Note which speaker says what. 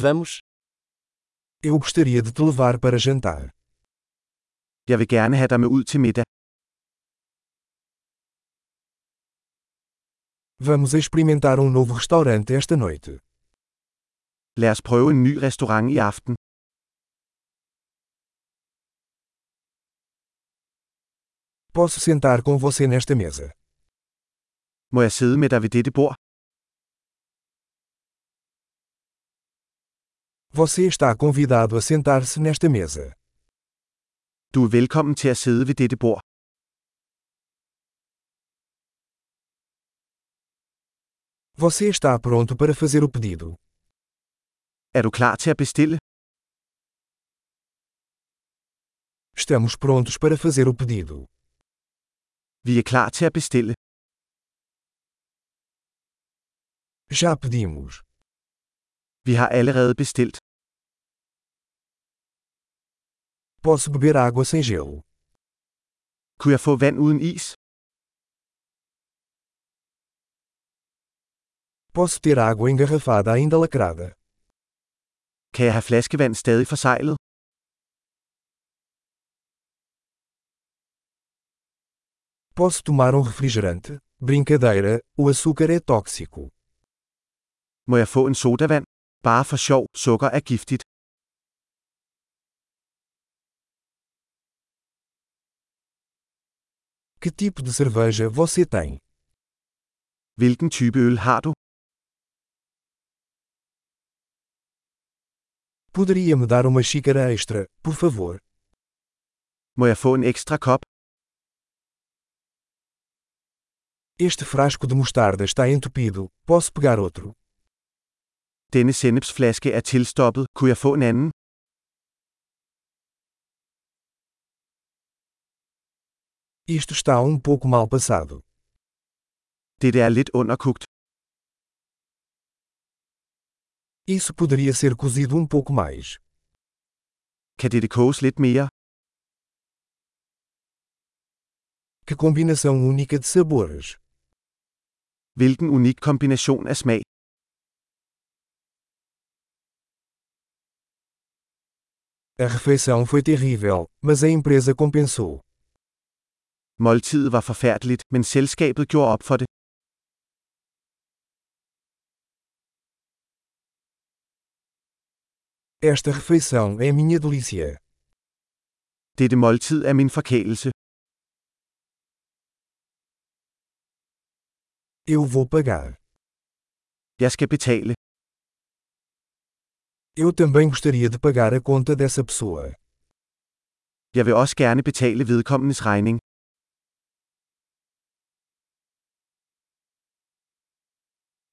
Speaker 1: Vamos.
Speaker 2: Eu gostaria de te levar para jantar.
Speaker 3: Jeg vil gerne have dig med ud til middag.
Speaker 2: Vamos experimentar um novo restaurante esta noite.
Speaker 3: Lad os prøve en ny restaurant i aften.
Speaker 2: Posso sentar com você nesta mesa.
Speaker 3: Må jeg sidde med dig ved dette bord?
Speaker 2: Você está convidado a sentar-se nesta mesa.
Speaker 3: Du er velkommen til at sidde ved dette bord.
Speaker 2: Você está pronto para fazer o pedido.
Speaker 3: Er du klar til at bestille?
Speaker 2: Estamos prontos para fazer o pedido.
Speaker 3: Vi er klar til at bestille.
Speaker 2: Já pedimos.
Speaker 3: Vi har allerede bestilt.
Speaker 2: Posso beber água sem gelo.
Speaker 3: Kunne jeg få vand uden is?
Speaker 2: Posso ter água engarrafada ainda lacrada.
Speaker 3: Kan jeg have flaskevand stadig forseglet?
Speaker 2: Posso tomar um refrigerante? Brincadeira, o açúcar é tóxico.
Speaker 3: Må jeg få en sodavand? Bare for sjov, sukker er giftigt.
Speaker 2: Que tipo de cerveja você tem?
Speaker 3: Hvilken type øl har du?
Speaker 2: Poderia me dar uma xícara extra, por favor?
Speaker 3: Må jeg få en ekstra kop?
Speaker 2: Este frasco de mostarda está entupido, posso pegar outro?
Speaker 3: Denne sennepsflaske er tilstoppet. Kunne jeg få en anden?
Speaker 2: Isto está um pouco mal passado.
Speaker 3: Dette er lidt underkugt.
Speaker 2: Isso poderia ser cozido um pouco mais.
Speaker 3: Kan dette koges lidt mere?
Speaker 2: Que combinação única de sabores!
Speaker 3: Hvilken unik kombination af smag.
Speaker 2: A refeição foi terrível, mas a empresa compensou.
Speaker 3: Måltidet var forfærdeligt, men selskabet gjorde op for det.
Speaker 2: Esta refeição é minha delícia.
Speaker 3: Dette måltid er min forkælelse.
Speaker 2: Eu vou pagar.
Speaker 3: Jeg skal betale.
Speaker 2: Eu também gostaria de pagar a conta dessa pessoa.
Speaker 3: Jeg vil også gerne betale vedkommendes regning.